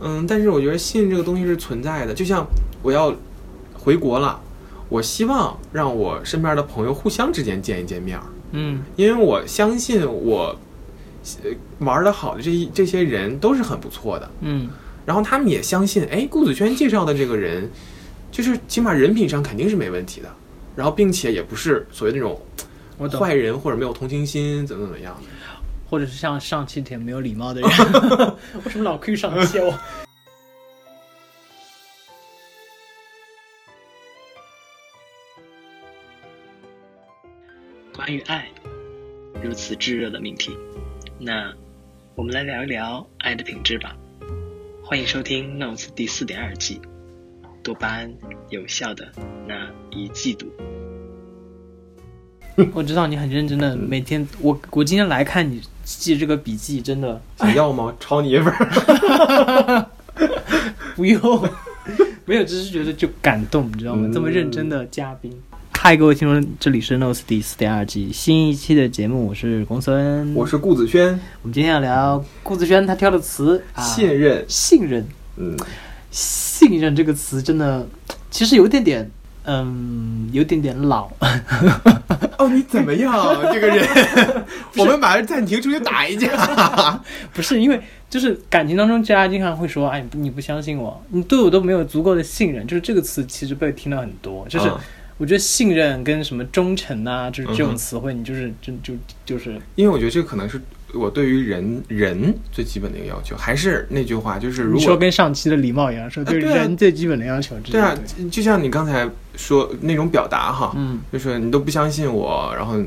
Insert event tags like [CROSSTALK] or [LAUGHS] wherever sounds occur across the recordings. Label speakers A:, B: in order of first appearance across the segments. A: 嗯，但是我觉得信这个东西是存在的，就像我要回国了，我希望让我身边的朋友互相之间见一见面儿，
B: 嗯
A: 因为我相信我呃玩的好的这一这些人都是很不错的，
B: 嗯
A: 然后他们也相信，哎，顾子轩介绍的这个人，就是起码人品上肯定是没问题的，然后并且也不是所谓那种
B: 我懂
A: 坏人或者没有同情心怎么怎么样的。
B: 或者是像上期挺没有礼貌的人，为什么老 Q 上期我？关于爱，如此炙热的命题，那我们来聊一聊爱的品质吧。欢迎收听 Notes 第四点二季，多巴胺有效的那一季度。我知道你很认真的，每天我我今天来看你记这个笔记，真的
A: 想要吗？抄你一份儿。
B: 不用， [LAUGHS] 没有，只是觉得就感动，你知道吗？
A: 嗯
B: 这么认真的嘉宾。嗨，各位听众，这里是 Notes 第四点二季新一期的节目，我是龚
A: [LAUGHS]
B: 森，
A: 我是顾子轩，
B: 我们今天要聊顾子轩他挑的词，啊、
A: 信任，
B: 信任，
A: 嗯，
B: 信任这个词真的其实有点点，嗯，有点点老，
A: 哦，你怎么样？这个 [LAUGHS] 人，我们把这暂停出去打一架。
B: 不是因为就是感情当中，大家经常会说，哎，你不你不相信我，你对我都没有足够的信任，就是这个词其实被听到很多，就是
A: 嗯
B: 我觉得信任跟什么忠诚啊，就是
A: 嗯
B: 这
A: 哼
B: 种词汇，你就是就就就是
A: [LAUGHS] 因为我觉得这可能是我对于人人最基本的一个要求。还是那句话，就是如
B: 你说
A: 果
B: 跟上期的礼貌一样，说对
A: 对啊
B: 人最基本的要求，
A: 对啊
B: 这是，
A: 就像你刚才说那种表达哈，
B: 嗯，
A: 就是你都不相信我，然后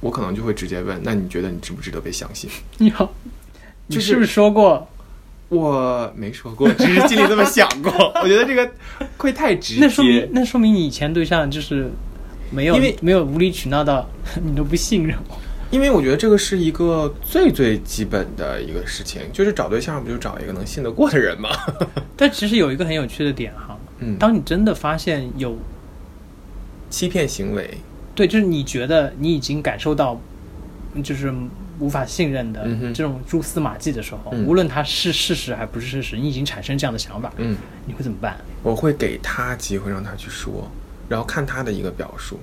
A: 我可能就会直接问，那你觉得你值不值得被相信？ [LAUGHS]
B: 你好，
A: 就
B: 你
A: 是
B: 是不是说过？
A: 我没说过，只是心里这么想
B: [LAUGHS]
A: 过。我觉得这个会太直接。
B: 那说明那说明你以前对象就是没有
A: 因为
B: 没有无理取闹到 [LAUGHS] 你都不信任我，
A: 因为我觉得这个是一个最最基本的一个事情，就是找对象不就找一个能信得过的人吗？
B: 但其实有一个很有趣的点哈，
A: 嗯，
B: 当你真的发现有
A: 欺骗行为，
B: 对，就是你觉得你已经感受到，就是无法信任的
A: 嗯哼
B: 这种蛛丝马迹的时候，
A: 嗯
B: 无论它是事实还不是事实，你已经产生这样的想法，
A: 嗯，
B: 你会怎么办？
A: 我会给他机会让他去说，然后看他的一个表述。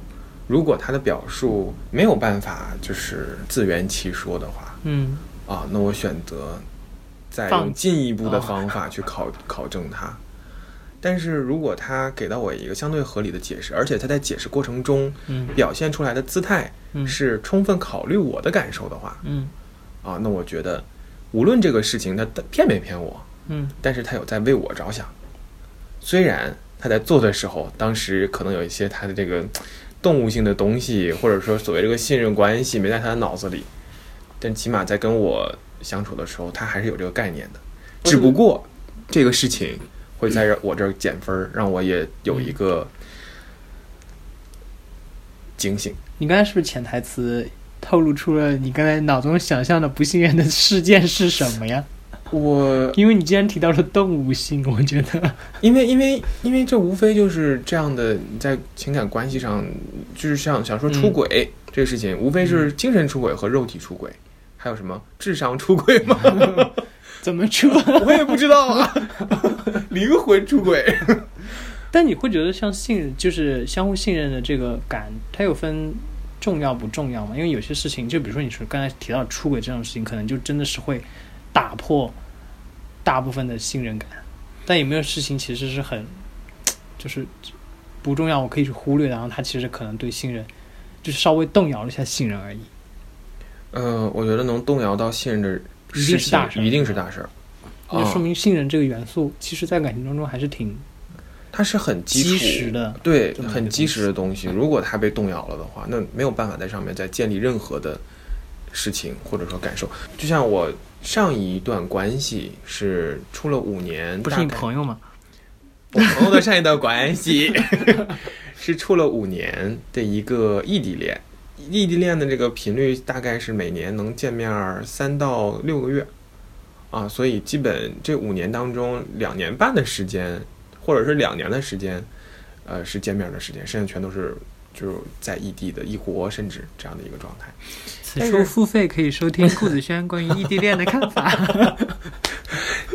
A: 如果他的表述没有办法就是自圆其说的话，
B: 嗯，
A: 啊，那我选择再
B: 放
A: 用进一步的
B: 哦
A: 方法去考、考证它。但是如果他给到我一个相对合理的解释，而且他在解释过程中
B: 嗯
A: 表现出来的姿态
B: 嗯
A: 是充分考虑我的感受的话，
B: 嗯
A: 啊，那我觉得无论这个事情他骗没骗我，
B: 嗯
A: 但是他有在为我着想。虽然他在做的时候，当时可能有一些他的这个动物性的东西，或者说所谓这个信任关系没在他的脑子里，但起码在跟我相处的时候，他还是有这个概念的。只不过这个事情会在我这儿减分儿，让我也有一个警醒。
B: 你刚才是不是潜台词透露出了你刚才脑中想象的不信任的事件是什么呀？
A: 我
B: 因为你既然提到了动物性，我觉得， [LAUGHS]
A: 因为因为因为这无非就是这样的，你在情感关系上，就是像想说出轨、这个事情，无非是精神出轨和肉体出轨，还有什么智商出轨 [LAUGHS] 吗？
B: 怎么说？
A: 我也不知道 [LAUGHS] 啊，灵魂出轨。
B: 但你会觉得像信任，就是相互信任的这个感，它有分重要不重要吗？因为有些事情，就比如说你说刚才提到出轨这种事情，可能就真的是会打破大部分的信任感。但有没有事情其实是很，就是不重要，我可以去忽略的，然后它其实可能对信任就是稍微动摇了一下信任而已。
A: 嗯、我觉得能动摇到信任的
B: 一
A: 事
B: 定是大事
A: 情
B: 儿
A: 一定是大事儿，
B: 那
A: 啊
B: 说明信任这个元素，其实在感情当中还是挺
A: 它是很基础
B: 基石的。
A: 对，
B: 这么一个
A: 很
B: 东
A: 基石的东西。如果它被动摇了的话，那没有办法在上面再建立任何的事情或者说感受。就像我上一段关系是处了五年，
B: 不是你
A: 大概
B: 朋友吗？
A: 我朋友的上一段关系是处了五年的一个异地恋。异地恋的这个频率大概是每年能见面儿三到六个月，啊，所以基本这五年当中，两年半的时间，或者是两年的时间，呃，是见面的时间，剩下全都是就是在异地的异国，甚至这样的一个状态。
B: 此
A: 但
B: 处 [LAUGHS]
A: 是
B: 付费可以收听顾子轩关于异地恋的看法。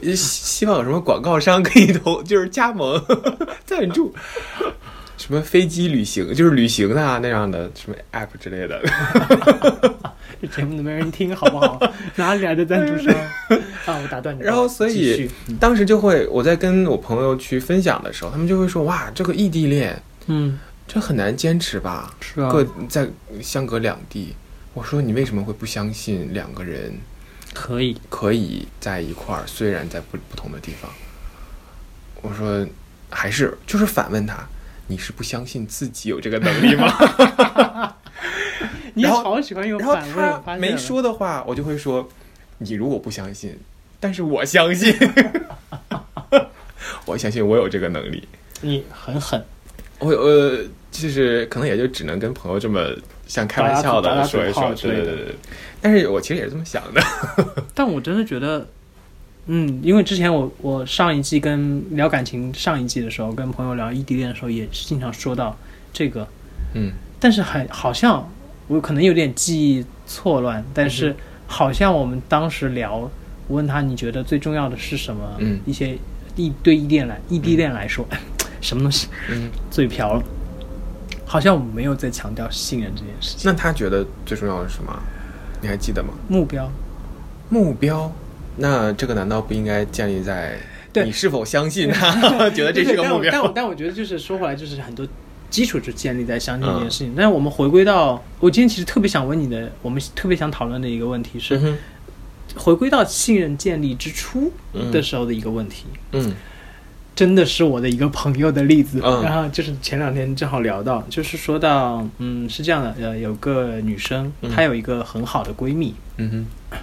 A: 希希望有什么广告商可以投，就是加盟 [LAUGHS] 赞助，什么飞机旅行，就是旅行的啊那样的什么 app 之类的。
B: 这节目都没人听，好
A: [LAUGHS]
B: 不好？哪里来的赞助商啊？我打断你了。
A: 然后所以
B: 继续，
A: 当时就会，我在跟我朋友去分享的时候，他们就会说：“哇，这个异地恋，
B: 嗯，
A: 这很难坚持吧？
B: 是啊，
A: 各在相隔两地。”我说：“你为什么会不相信两个人
B: 可以，
A: 可以在一块儿，虽然在不不同的地方？”我说：“还是就是反问他，你是不相信自己有这个能力吗？”
B: 你
A: 然后
B: 好喜欢用
A: 然后
B: 反问，我
A: 他
B: 发现
A: 没
B: 了。
A: 说的话，我就会说：“你如果不相信，但是我相信， [LAUGHS] 我相信我有这个能力。
B: 你很狠，
A: 我”有呃，就是可能也就只能跟朋友这么像开玩笑
B: 打打
A: 的
B: 嘴
A: 说一
B: 炮
A: 说，
B: 之
A: 对
B: 类
A: 对
B: 的
A: 对对。但是我其实也是这么想的，
B: 但我真的觉得，嗯，因为之前我我上一季跟聊感情上一季的时候，跟朋友聊异地恋的时候，也是经常说到这个，
A: 嗯，
B: 但是还好像我可能有点记忆错乱，但
A: 嗯
B: 是好像我们当时聊，我问他你觉得最重要的是什么？
A: 嗯
B: 一些异对异地恋来异地恋来说， [LAUGHS] 什么东西
A: 嗯。
B: 嘴瓢了，好像我们没有在强调信任这件事情。
A: 那他觉得最重要的是什么？你还记得吗？
B: 目标
A: 目标。那这个难道不应该建立在
B: 对
A: 你是否相信 [LAUGHS] 他？觉得这是个目
B: 对对但我但我
A: 标。
B: 但我觉得就是说回来，就是很多基础就建立在相信这件事
A: 嗯
B: 情。但是我们回归到，我今天其实特别想问你的，我们特别想讨论的一个问题是，
A: 嗯哼
B: 回归到信任建立之初
A: 嗯
B: 的时候的一个问题。
A: 嗯
B: 真的是我的一个朋友的例子，
A: 嗯
B: 然后就是前两天正好聊到，就是说到，嗯，是这样的，呃，有个女生，
A: 嗯
B: 她有一个很好的闺蜜，
A: 嗯哼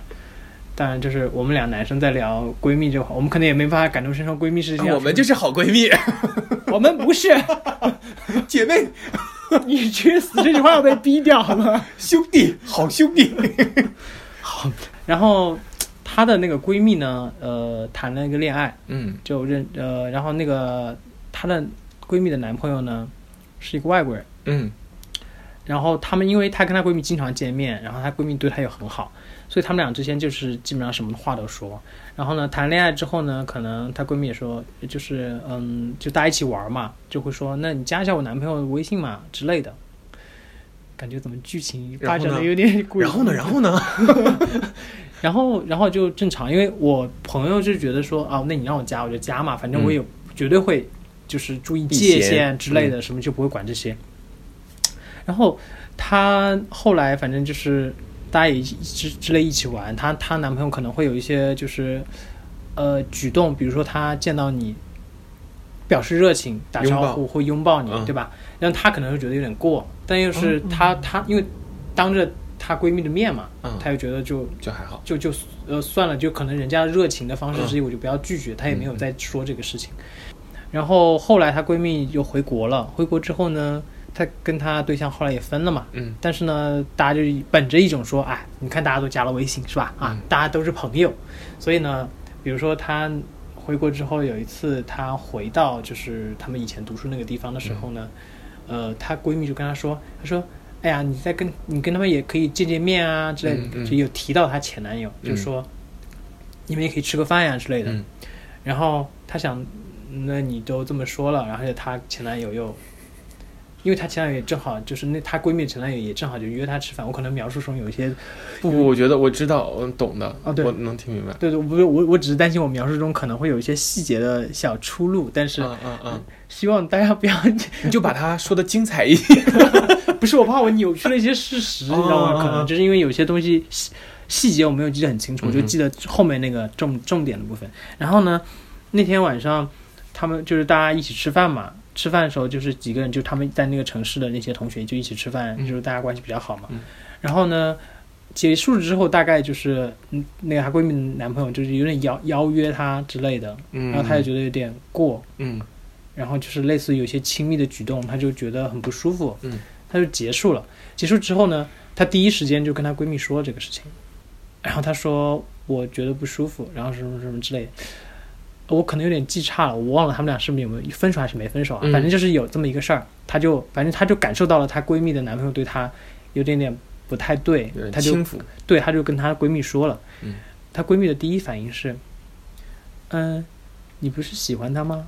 B: 当然就是我们俩男生在聊闺蜜就好，我们可能也没办法感同身受，闺蜜是这样、
A: 哦啊我们就是好闺蜜
B: [LAUGHS] 我们不是， [LAUGHS]
A: 姐妹。
B: 你去死！这句话要被逼掉
A: [LAUGHS]
B: 好吗？
A: 兄弟，好兄弟。
B: 然后她的那个闺蜜呢，呃，谈了一个恋爱，
A: 嗯
B: 就认呃，然后那个她的闺蜜的男朋友呢是一个外国人，
A: 嗯
B: 然后他们因为她跟她闺蜜经常见面，然后她闺蜜对她又很好，所以他们俩之间就是基本上什么话都说。然后呢，谈恋爱之后呢，可能她闺蜜也说，就是嗯，就大家一起玩嘛，就会说，那你加一下我男朋友的微信嘛之类的。感觉怎么剧情发展
A: 然后
B: 的
A: 呢
B: 有点诡异。
A: 然后呢？然后呢？
B: 然后，然后就正常，因为我朋友就觉得说，啊，那你让我加我就加嘛，反正我也绝对会就是注意
A: 嗯避嫌嗯
B: 界限之类的，什么就不会管这些。然后她后来反正就是大家也一之之类一起玩，她她男朋友可能会有一些就是呃举动，比如说他见到你表示热情打
A: 拥
B: 招
A: 抱
B: 呼会拥抱你，
A: 嗯
B: 对吧？然后她可能会觉得有点过，但又是
A: 嗯嗯
B: 她她因为当着她闺蜜的面嘛，
A: 嗯
B: 她又觉得就
A: 就还好。
B: 就就呃算了，就可能人家热情的方式之一，我就不要拒绝，她也没有再说这个事情。然后后来她闺蜜就回国了，回国之后呢，她跟她对象后来也分了嘛。
A: 嗯
B: 但是呢，大家就本着一种说，哎，你看大家都加了微信是吧？啊，
A: 嗯
B: 大家都是朋友，所以呢，比如说她回国之后有一次，她回到就是他们以前读书那个地方的时候呢，
A: 嗯
B: 呃，她闺蜜就跟她说，她说。哎呀，你在跟你跟他们也可以见见面啊之类的，
A: 嗯嗯
B: 就有提到她前男友，就
A: 嗯
B: 说你们也可以吃个饭呀之类的。
A: 嗯
B: 然后她想，那你都这么说了，然后而且她前男友又，因为她前男友也正好就是那她闺蜜前男友也正好就约她吃饭，我可能描述中有一些，
A: 不不，我觉得我知道，我懂的。
B: 啊对
A: 我能听明白。
B: 对对，我不是我我只是担心我描述中可能会有一些细节的小出入，但是
A: 嗯嗯嗯，
B: 希望大家不要， [LAUGHS]
A: 你就把它说的精彩一些。
B: 不是我怕我扭曲了一些事实，你知道
A: 哦哦
B: 吗？
A: 哦
B: 可能就是因为有些东西细细节我没有记得很清楚，我就
A: 嗯哼
B: 记得后面那个重重点的部分。然后呢，那天晚上他们就是大家一起吃饭嘛，吃饭的时候就是几个人，就他们在那个城市的那些同学就一起吃饭，
A: 嗯
B: 就是大家关系比较好嘛。
A: 嗯
B: 然后呢，结束之后大概就是嗯，那个她闺蜜的男朋友就是有点邀邀约她之类的，
A: 嗯
B: 然后她就觉得有点过，
A: 嗯
B: 然后就是类似有些亲密的举动，她就觉得很不舒服，
A: 嗯，
B: 她就结束了。结束之后呢，她第一时间就跟她闺蜜说了这个事情，然后她说我觉得不舒服，然后什么什么之类的。我可能有点记差了，我忘了他们俩是不是有没有分手还是没分手啊？
A: 嗯
B: 反正就是有这么一个事儿，她就反正她就感受到了她闺蜜的男朋友对她有点点不太对
A: 有，点
B: 她就
A: 轻浮。
B: 对，她就跟她闺蜜说了。
A: 嗯
B: 她闺蜜的第一反应是，嗯、你不是喜欢他吗？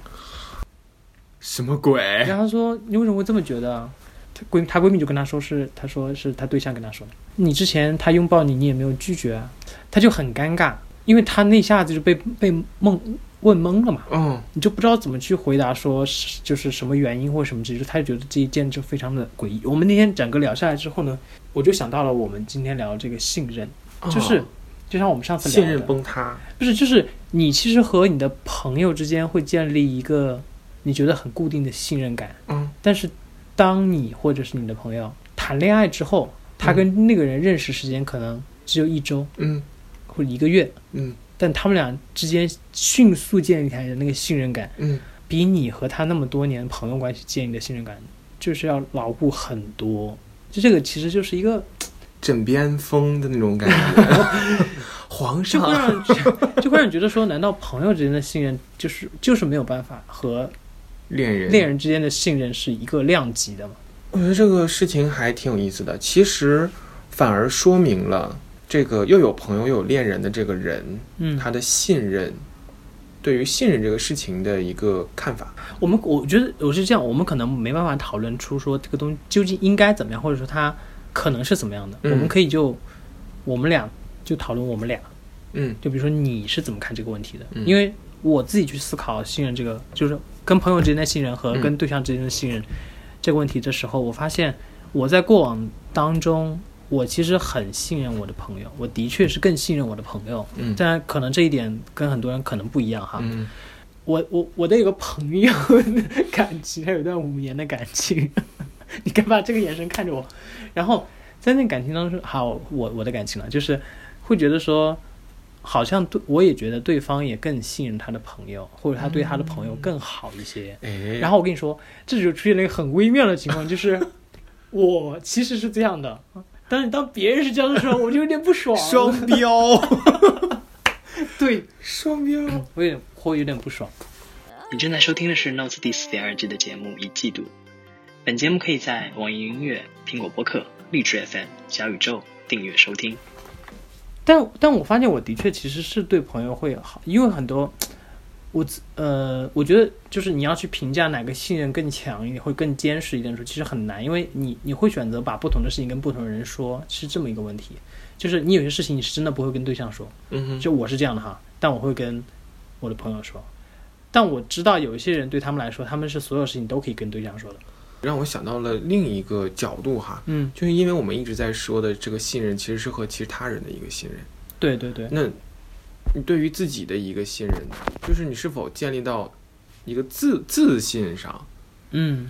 A: 什么鬼？
B: 然后她说你为什么会这么觉得啊？她闺她闺蜜就跟她说是，她说是她对象跟她说的。你之前他拥抱你，你也没有拒绝啊，她就很尴尬，因为她那下子就被被蒙问懵了嘛，
A: 嗯，
B: 你就不知道怎么去回答说是就是什么原因或什么之类，就她就觉得这一件就非常的诡异。我们那天整个聊下来之后呢，我就想到了我们今天聊这个信任，就是、
A: 哦
B: 就像我们上次聊
A: 信
B: 的
A: 任崩塌。
B: 不是，就是你其实和你的朋友之间会建立一个你觉得很固定的信任感，
A: 嗯，
B: 但是当你或者是你的朋友谈恋爱之后，他跟那个人认识时间可能只有一周
A: 嗯
B: 或者一个月，
A: 嗯
B: 但他们俩之间迅速建立起来的那个信任感，
A: 嗯，
B: 比你和他那么多年朋友关系建立的信任感，就是要牢固很多。就这个其实就是一个，
A: 枕边风的那种感觉。 [LAUGHS] 皇
B: 就会
A: 上，
B: 让就会让你觉得说，难道朋友之间的信任就是就是没有办法和
A: 恋人，
B: 恋人之间的信任是一个量级的嘛？
A: 我觉得这个事情还挺有意思的，其实反而说明了这个又有朋友又有恋人的这个人，
B: 嗯
A: 他的信任，对于信任这个事情的一个看法。
B: 我们我觉得我是这样，我们可能没办法讨论出说这个东西究竟应该怎么样，或者说它可能是怎么样的。
A: 嗯
B: 我们可以就我们俩就讨论我们俩，
A: 嗯
B: 就比如说你是怎么看这个问题的？
A: 嗯
B: 因为我自己去思考信任这个，就是跟朋友之间的信任和
A: 嗯
B: 跟对象之间的信任这个问题的时候，我发现我在过往当中，我其实很信任我的朋友，我的确是更信任我的朋友。
A: 嗯
B: 当然，可能这一点跟很多人可能不一样哈。
A: 嗯，
B: 我我我的有个朋友的感情，他有一段五年的感情， [LAUGHS] 你干嘛这个眼神看着我？然后在那感情当中，好，我我的感情呢，就是会觉得说，好像对我也觉得对方也更信任他的朋友，或者他对他的朋友更好一些。
A: 哎，
B: 然后我跟你说，这就出现了一个很微妙的情况，就是我其实是这样的，但是当别人是这样的时候，我就有点不 [LAUGHS]
A: [LAUGHS]
B: 爽。
A: 双标，
B: [LAUGHS] 对，嗯
A: 双标。
B: 我有点会有点不爽。
C: 你正在收听的是《Notes》第四点二季的节目《一季度》。本节目可以在网易云音乐、苹果播客、荔枝 FM、小宇宙订阅收听。
B: 但但我发现我的确其实是对朋友会好，因为很多我自呃，我觉得就是你要去评价哪个信任更强一点，会更坚实一点的时候，其实很难，因为你你会选择把不同的事情跟不同的人说，是这么一个问题。就是你有些事情你是真的不会跟对象说，
A: 嗯哼，
B: 就我是这样的哈，但我会跟我的朋友说。但我知道有一些人对他们来说，他们是所有事情都可以跟对象说的。
A: 让我想到了另一个角度哈，
B: 嗯，
A: 就是因为我们一直在说的这个信任，其实是和其他人的一个信任。
B: 对对对，
A: 那你对于自己的一个信任，就是你是否建立到一个自自信上？
B: 嗯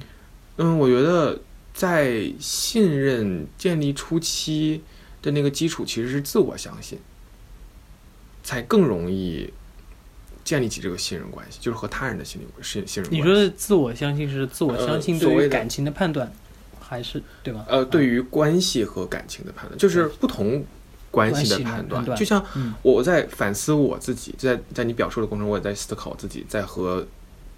A: 嗯，我觉得在信任建立初期的那个基础其实是自我相信，才更容易建立起这个信任关系，就是和他人的信任信信任关
B: 你
A: 系。
B: 说的自我相信是自我相信
A: 呃所谓
B: 对
A: 的
B: 于感情的判断，还是对吧？
A: 呃，对
B: 于
A: 于关系和感情的判断，就是不同关系的
B: 关系的
A: 判
B: 判断
A: 就像
B: 嗯
A: 我在反思我自己，在在你表述的过程中，我也在思考自己在和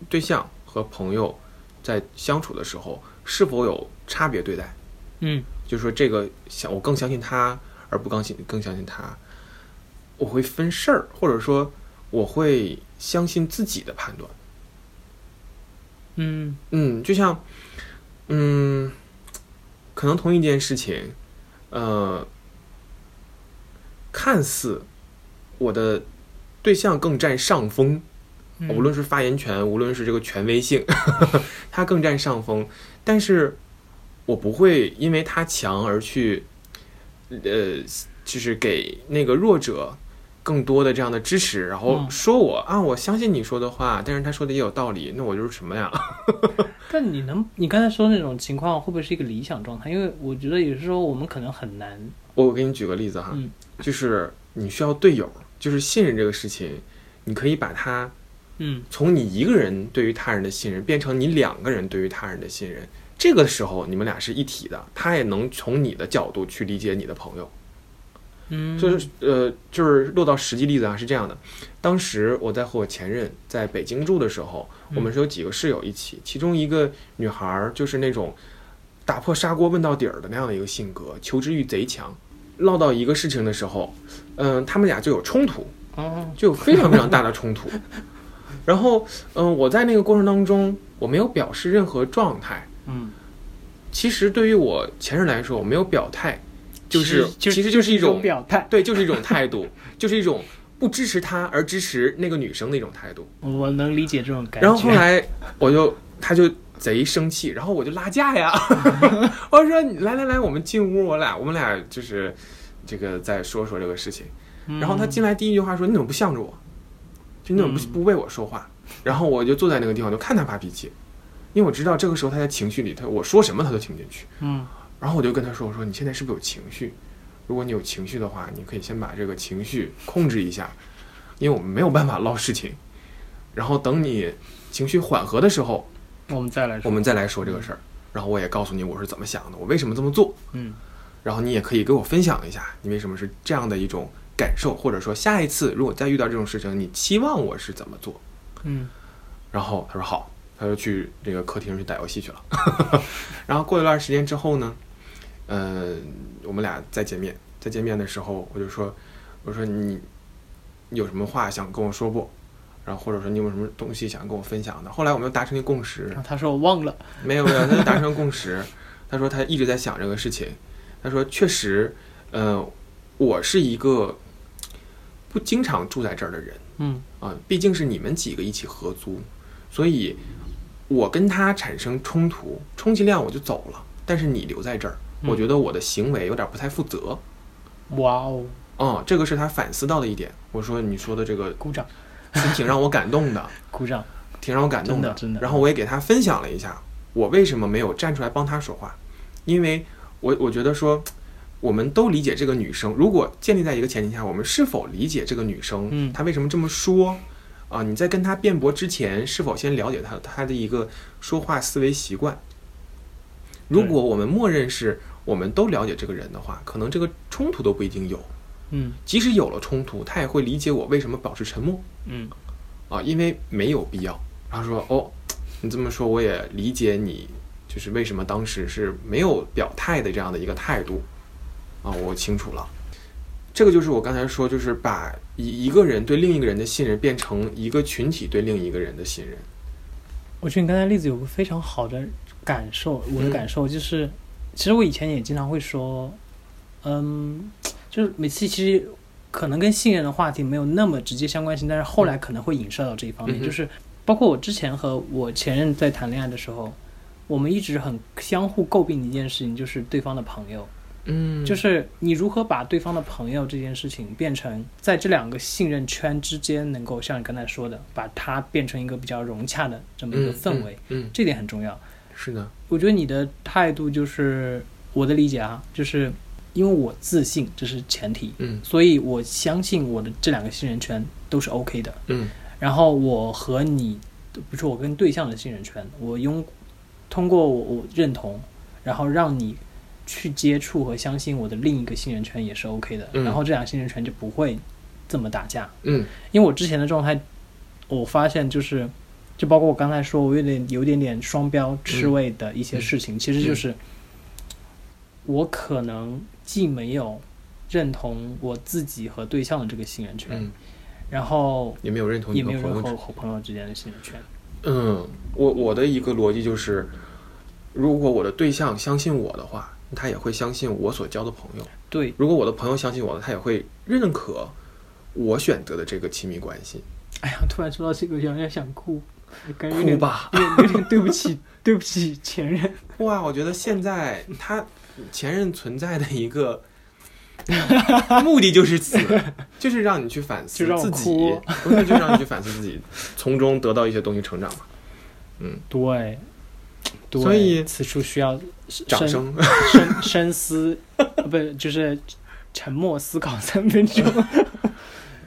A: 对象和朋友在相处的时候是否有差别对待。
B: 嗯
A: 就是说这个想我更相信他，而不更信更相信他，我会分事儿，或者说我会相信自己的判断。
B: 嗯
A: 嗯，就像，嗯，可能同一件事情，呃，看似我的对象更占上风，
B: 嗯
A: 无论是发言权，无论是这个权威性， [LAUGHS] 他更占上风。但是，我不会因为他强而去，呃，就是给那个弱者更多的这样的支持，然后
B: 嗯
A: 说我、啊，我相信你说的话，但是他说的也有道理，那我就是什么呀？
B: 但你能，你刚才说那种情况会不会是一个理想状态？因为我觉得有时候我们可能很难，
A: 我给你举个例子哈，
B: 嗯
A: 就是你需要队友，就是信任这个事情，你可以把它
B: 嗯
A: 从你一个人对于他人的信任，变成你两个人对于他人的信任。这个时候你们俩是一体的，他也能从你的角度去理解你的朋友。
B: 嗯，
A: 就是呃，就是落到实际例子啊，是这样的。当时我在和我前任在北京住的时候，我们是有几个室友一起，其中一个女孩儿就是那种打破砂锅问到底儿的那样的一个呃性格，求知欲贼强。唠到一个事情的时候，嗯、他们俩就有冲突，
B: 哦，
A: 就有非常非常大的冲突。 [LAUGHS] 然后，嗯、我在那个过程当中，我没有表示任何状态。
B: 嗯，
A: 其实对于我前任来说，我没有表态，就
B: 其实
A: 是
B: 就
A: 其实就是一种
B: 表态。
A: 对，就是一种态度，就是一种不支持他而支持那个女生的一种态度。
B: 我能理解这种感觉。
A: 然后后来我就他就贼生气，然后我就拉架
B: [LAUGHS]
A: 呀，我说你来来来，我们进屋，我俩我们俩就是这个再说说这个事情。
B: 嗯，
A: 然后他进来第一句话说：“你怎么不向着我？就你怎么不、
B: 嗯
A: 不为我说话？”然后我就坐在那个地方，我就看他发脾气，因为我知道这个时候他在情绪里，他我说什么他都听进去。
B: 嗯
A: 然后我就跟他说：“我说你现在是不是有情绪？如果你有情绪的话，你可以先把这个情绪控制一下，因为我们没有办法唠事情。然后等你情绪缓和的时候，
B: 我们再来说，
A: 我们再来说这个事儿。然后我也告诉你我是怎么想的，我为什么这么做。
B: 嗯
A: 然后你也可以给我分享一下，你为什么是这样的一种感受，或者说下一次如果再遇到这种事情，你期望我是怎么做？
B: 嗯
A: 然后他说好，他就去这个客厅去打游戏去了。然后过一段时间之后呢，呃，我们俩再见面，再见面的时候，我就说，我说你有什么话想跟我说不？然后或者说你有什么东西想跟我分享的？后来我们又达成一个共识，
B: 然后他说我忘了，
A: 没有没有，他就达成共识。他说他一直在想这个事情。他说确实，呃，我是一个不经常住在这儿的人
B: 嗯
A: 啊，毕竟是你们几个一起合租，所以我跟他产生冲突，充其量我就走了，但是你留在这儿，
B: 嗯
A: 我觉得我的行为有点不太负责。
B: 哇哦，
A: 嗯，这个是他反思到的一点。我说你说的这个
B: 鼓掌
A: 挺挺让我感动的，
B: 鼓掌，
A: 挺让我感动
B: 真的真的
A: 然后我也给他分享了一下，我为什么没有站出来帮他说话，因为我我觉得说，我们都理解这个女生，如果建立在一个前提下，我们是否理解这个女生，
B: 嗯
A: 她为什么这么说？啊、你在跟她辩驳之前，是否先了解她她的一个说话思维习惯？如
B: 对
A: 果我们默认是我们都了解这个人的话，可能这个冲突都不一定有。
B: 嗯
A: 即使有了冲突，她也会理解我为什么保持沉默。
B: 嗯
A: 啊，因为没有必要。然后说哦，你这么说我也理解你，就是为什么当时是没有表态的这样的一个态度啊，我清楚了。这个就是我刚才说，就是把一一个人对另一个人的信任变成一个群体对另一个人的信任。
B: 我觉得你刚才例子有个非常好的感受，我的
A: 嗯
B: 感受就是，其实我以前也经常会说，嗯，就是每次其实可能跟信任的话题没有那么直接相关性，但是后来可能会影射到这一方面，
A: 嗯嗯哼
B: 就是包括我之前和我前任在谈恋爱的时候，我们一直很相互诟病的一件事情，就是对方的朋友。
A: 嗯
B: 就是是你如何把对方的朋友这件事情变成在这两个信任圈之间，能够像你刚才说的，把它变成一个比较融洽的这么一个氛围，，
A: 嗯，嗯
B: 这点很重要。
A: 是的，
B: 我觉得你的态度就是我的理解啊，就是因为我自信，这是前提，
A: 嗯
B: 所以我相信我的这两个信任圈都是 OK 的。
A: 嗯
B: 然后我和你，不是我跟对象的信任圈，我用通过我我认同，然后让你去接触和相信我的另一个信任圈也是 OK 的，
A: 嗯
B: 然后这两个信任圈就不会这么打架。
A: 嗯
B: 因为我之前的状态，我发现就是，就包括我刚才说，我有点有点点双标吃味的一些事情，其实就是、我可能既没有认同我自己和对象的这个信任圈，
A: 嗯，
B: 然后
A: 也没有认同你
B: 也
A: 的
B: 没有
A: 朋
B: 任
A: 友
B: 何
A: 之
B: 和朋友之间的信任圈。
A: 嗯，我我的一个逻辑就是，如果我的对象相信我的话，他也会相信我所交的朋友。
B: 对，
A: 如果我的朋友相信我了，他也会认可我选择的这个亲密关系。
B: 哎呀，突然说到这个，有点想哭，感觉有
A: 哭
B: 点
A: 吧！
B: 有点有点对不起， [LAUGHS] 对不起前任。
A: 哭啊！我觉得现在他前任存在的一 [LAUGHS] 个目的就是 [LAUGHS] 此，就是让你去反思
B: 就让我
A: 自己
B: 哭，
A: 不是就让你去反思自己，从中得到一些东西成长嘛。
B: 对，对
A: 所以
B: 此处需要
A: 掌
B: 深
A: 声，
B: 深 [LAUGHS] 深思，呃不就是沉默思考三分钟。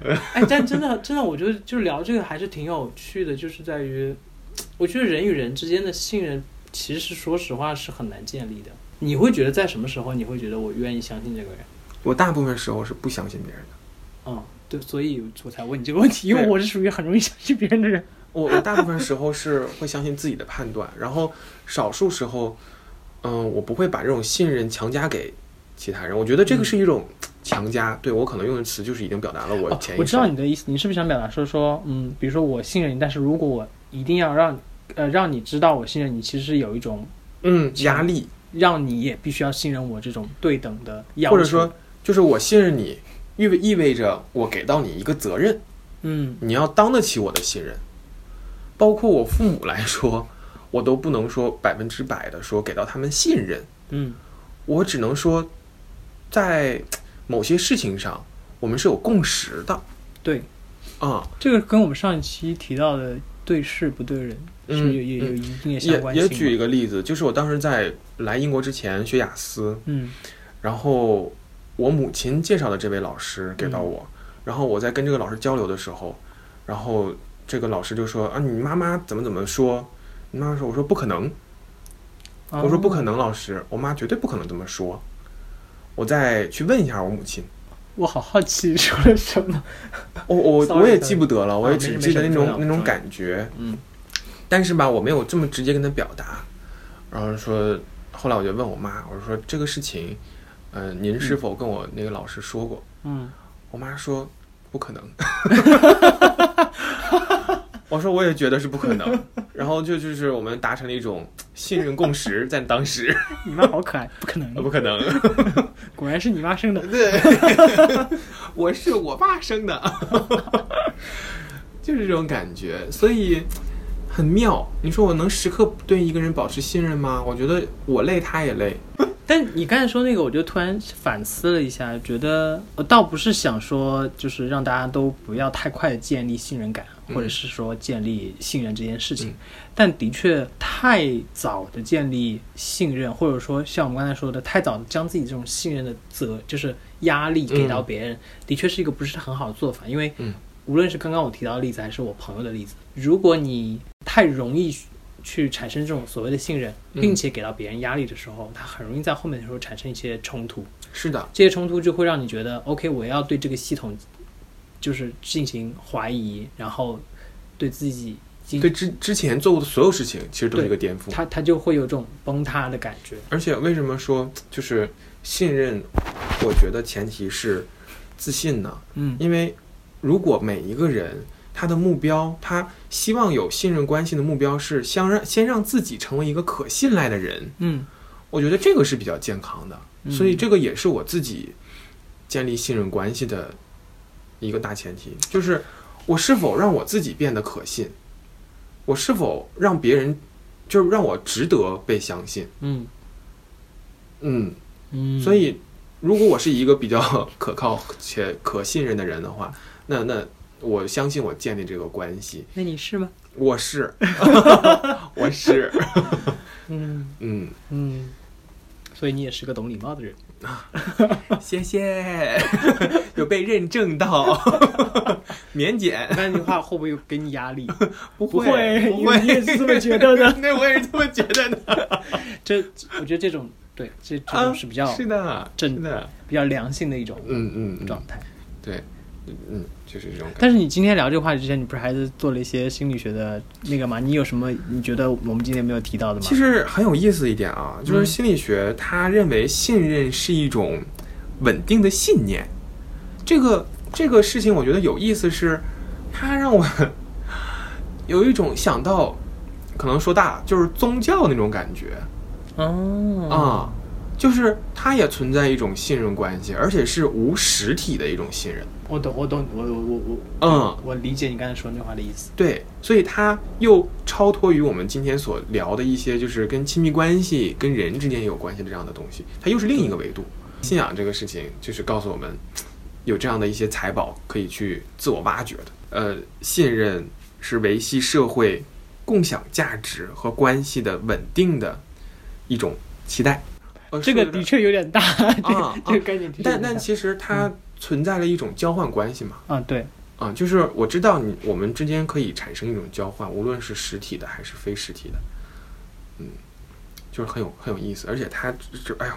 B: [LAUGHS] 哎，但真的真的，我觉得就是聊这个还是挺有趣的，就是在于，我觉得人与人之间的信任，其实说实话是很难建立的。你会觉得在什么时候你会觉得我愿意相信这个人？
A: 我大部分时候是不相信别人的。
B: 嗯，对，所以我才问你这个问题，因为
A: 对
B: 我是属于很容易相信别人的人。
A: 我我大部分时候是会相信自己的判断，然后少数时候，嗯、我不会把这种信任强加给其他人。我觉得这个是一种强加，对我可能用的词就是已经表达了我
B: 哦
A: 潜意识、
B: 我知道你的意思，你是不是想表达说说，嗯，比如说我信任你，但是如果我一定要让呃让你知道我信任你，其实有一种
A: 嗯压力，
B: 让你也必须要信任我这种对等的要求，
A: 或者说，就是我信任你，意味意味着我给到你一个责任，
B: 嗯
A: 你要当得起我的信任。包括我父母来说，我都不能说百分之百的说给到他们信任，
B: 嗯
A: 我只能说，在某些事情上，我们是有共识的
B: 对，
A: 啊、
B: 这个跟我们上一期提到的对事不对人是有
A: 嗯
B: 也有一定的相
A: 也
B: 关性
A: 也
B: 嘛
A: 举一个例子，就是我当时在来英国之前学雅思，
B: 嗯
A: 然后我母亲介绍的这位老师给
B: 嗯
A: 到我，然后我在跟这个老师交流的时候，然后这个老师就说啊，你妈妈怎么怎么说？你妈妈说，我说不可能，
B: 啊
A: 我说不可能，老师，我妈绝对不可能这么说。我再去问一下我母亲，
B: 我好好奇说了什么，
A: 哦我我
B: Sorry，
A: 我也
B: sorry
A: 记不得了，我也
B: 啊没
A: 只
B: 事
A: 记得
B: 没
A: 那
B: 事
A: 种
B: 不重要
A: 那种
B: 不重要
A: 感觉，
B: 嗯
A: 但是吧，我没有这么直接跟他表达。然后说，后来我就问我妈，我说这个事情，嗯、您是否跟我那个老师说过？
B: 嗯
A: 我妈说不可能， [LAUGHS] 我说我也觉得是不可能，然后就就是我们达成了一种信任共识，在当时 [LAUGHS]
B: 你妈好可爱，啊不可能，
A: 不可能，
B: 果然是你妈生的，
A: 对，我是我爸生的， [LAUGHS] 就是这种感觉，所以很妙。你说我能时刻对一个人保持信任吗？我觉得我累，他也累，
B: 但你刚才说那个，我就突然反思了一下，觉得我倒不是想说，就是让大家都不要太快的建立信任感，
A: 嗯
B: 或者是说建立信任这件事情。
A: 嗯
B: 但的确，太早的建立信任，或者说像我们刚才说的，太早的将自己这种信任的责，就是压力给到别人，的确是一个不是很好的做法，因为
A: 嗯
B: 无论是刚刚我提到的例子，还是我朋友的例子，如果你太容易去产生这种所谓的信任，
A: 嗯
B: 并且给到别人压力的时候，他很容易在后面的时候产生一些冲突。
A: 是的，
B: 这些冲突就会让你觉得，OK，我要对这个系统就是进行怀疑，然后对自己进
A: 对之之前做过的所有事情，其实都是一个颠覆。
B: 他他就会有这种崩塌的感觉。
A: 而且为什么说就是信任？我觉得前提是自信呢，
B: 嗯
A: 因为如果每一个人他的目标，他希望有信任关系的目标是先让先让自己成为一个可信赖的人，
B: 嗯
A: 我觉得这个是比较健康的。
B: 嗯
A: 所以这个也是我自己建立信任关系的一个大前提，就是我是否让我自己变得可信，我是否让别人就是让我值得被相信。
B: 嗯
A: 嗯，
B: 嗯，
A: 所以，如果我是一个比较可靠且可信任的人的话，那那我相信我建立这个关系，
B: 那你是吗？
A: 我
B: [LAUGHS]
A: 是，我是，
B: 嗯
A: 嗯，
B: 嗯，所以你也是个懂礼貌的人。
A: 谢谢，有被认证到， [LAUGHS] 免检，
B: [LAUGHS] 那你话会不会给你压力？
A: 不
B: 不
A: 会，
B: 因为你也是这么觉得的。
A: 对，我也是这么觉得的，
B: [LAUGHS] 这我觉得这种对这这种是比较、
A: 啊是的，
B: 正
A: 是的，
B: 比较良性的一种
A: 嗯嗯嗯
B: 状，态。
A: 对，嗯，就是这种感觉。
B: 但是你今天聊这个话题之前，你不是还是做了一些心理学的那个吗？你有什么你觉得我们今天没有提到的吗？
A: 其实很有意思一点啊，就是
B: 嗯
A: 心理学他认为信任是一种稳定的信念。这个这个事情，我觉得有意思是，它让我 [LAUGHS] 有一种想到，可能说大了就是宗教那种感觉
B: 哦
A: 啊、就是它也存在一种信任关系，而且是无实体的一种信任。
B: 我懂，我懂，我我我我
A: 嗯，
B: 我理解你刚才说那话的意思。
A: 对，所以它又超脱于我们今天所聊的一些，就是跟亲密关系、跟人之间有关系的这样的东西，它又是另一个维度。信仰这个事情，就是告诉我们有这样的一些财宝可以去自我挖掘的。呃，信任是维系社会共享价值和关系的稳定的一种期待。呃、
B: 这个
A: 说得
B: 的确有点大， [LAUGHS] 这
A: 啊
B: 这个概念的确有
A: 但
B: 点
A: 但
B: 大。
A: 其实它存在了一种交换关系嘛。
B: 啊，对，
A: 啊，就是我知道你我们之间可以产生一种交换，无论是实体的还是非实体的，嗯，就是很有很有意思，而且它就哎呦，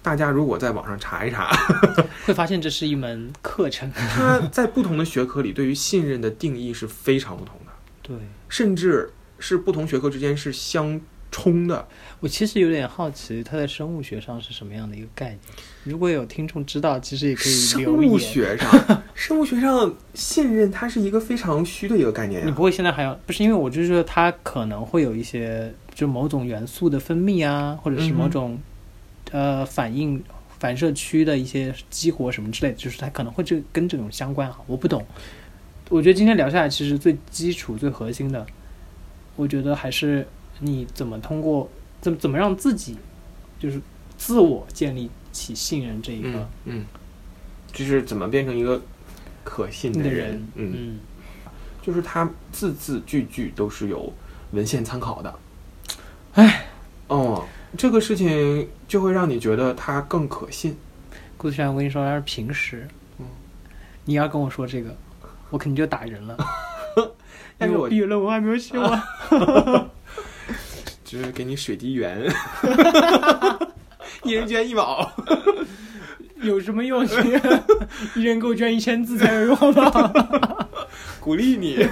A: 大家如果在网上查一查， [LAUGHS]
B: 会发现这是一门课程。 [LAUGHS]
A: 它在不同的学科里对于信任的定义是非常不同的，
B: 对，
A: 甚至是不同学科之间是相冲的。
B: 我其实有点好奇，它在生物学上是什么样的一个概念？如果有听众知道，其实也可以
A: 生
B: 留
A: 物
B: 言。
A: 学 [LAUGHS] 上，生物学上信任它是一个非常虚的一个概念
B: 你
A: 呀、
B: 不会现在还要不是因为我就是说它可能会有一些就某种元素的分泌啊，或者是
A: 嗯
B: 某
A: 哼
B: 种、呃反应反射区的一些激活什么之类的，就是它可能会这跟这种相关哈，我不懂。我觉得今天聊下来，其实最基础、最核心的，我觉得还是你怎么通过怎么怎么让自己就是自我建立起信任这一个
A: 嗯嗯，就是怎么变成一个可信
B: 你
A: 的
B: 的
A: 人
B: 人，，
A: 嗯，就是它字字句句都是有文献参考的。
B: 唉，
A: 哦，这个事情就会让你觉得它更可信。
B: 顾子轩，我跟你说，要是平时，
A: 嗯
B: 你要跟我说这个，我肯定就打人了。
A: 但是
B: 因为
A: 我
B: 毕业论文还没有写完。
A: 只是给你水滴圆， [LAUGHS] 一人捐一毛。
B: [LAUGHS] 有什么 [LAUGHS] 用？一人给我捐一千字才有用好不好？
A: 鼓励你。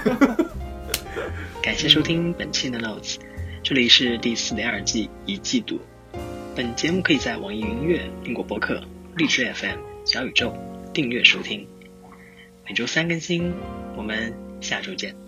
C: 感谢收听本期的 Notes，这里是第四点二季一季度。本节目可以在网易云音乐、苹果播客、荔枝 FM、小宇宙订阅收听，每周三更新。我们下周见。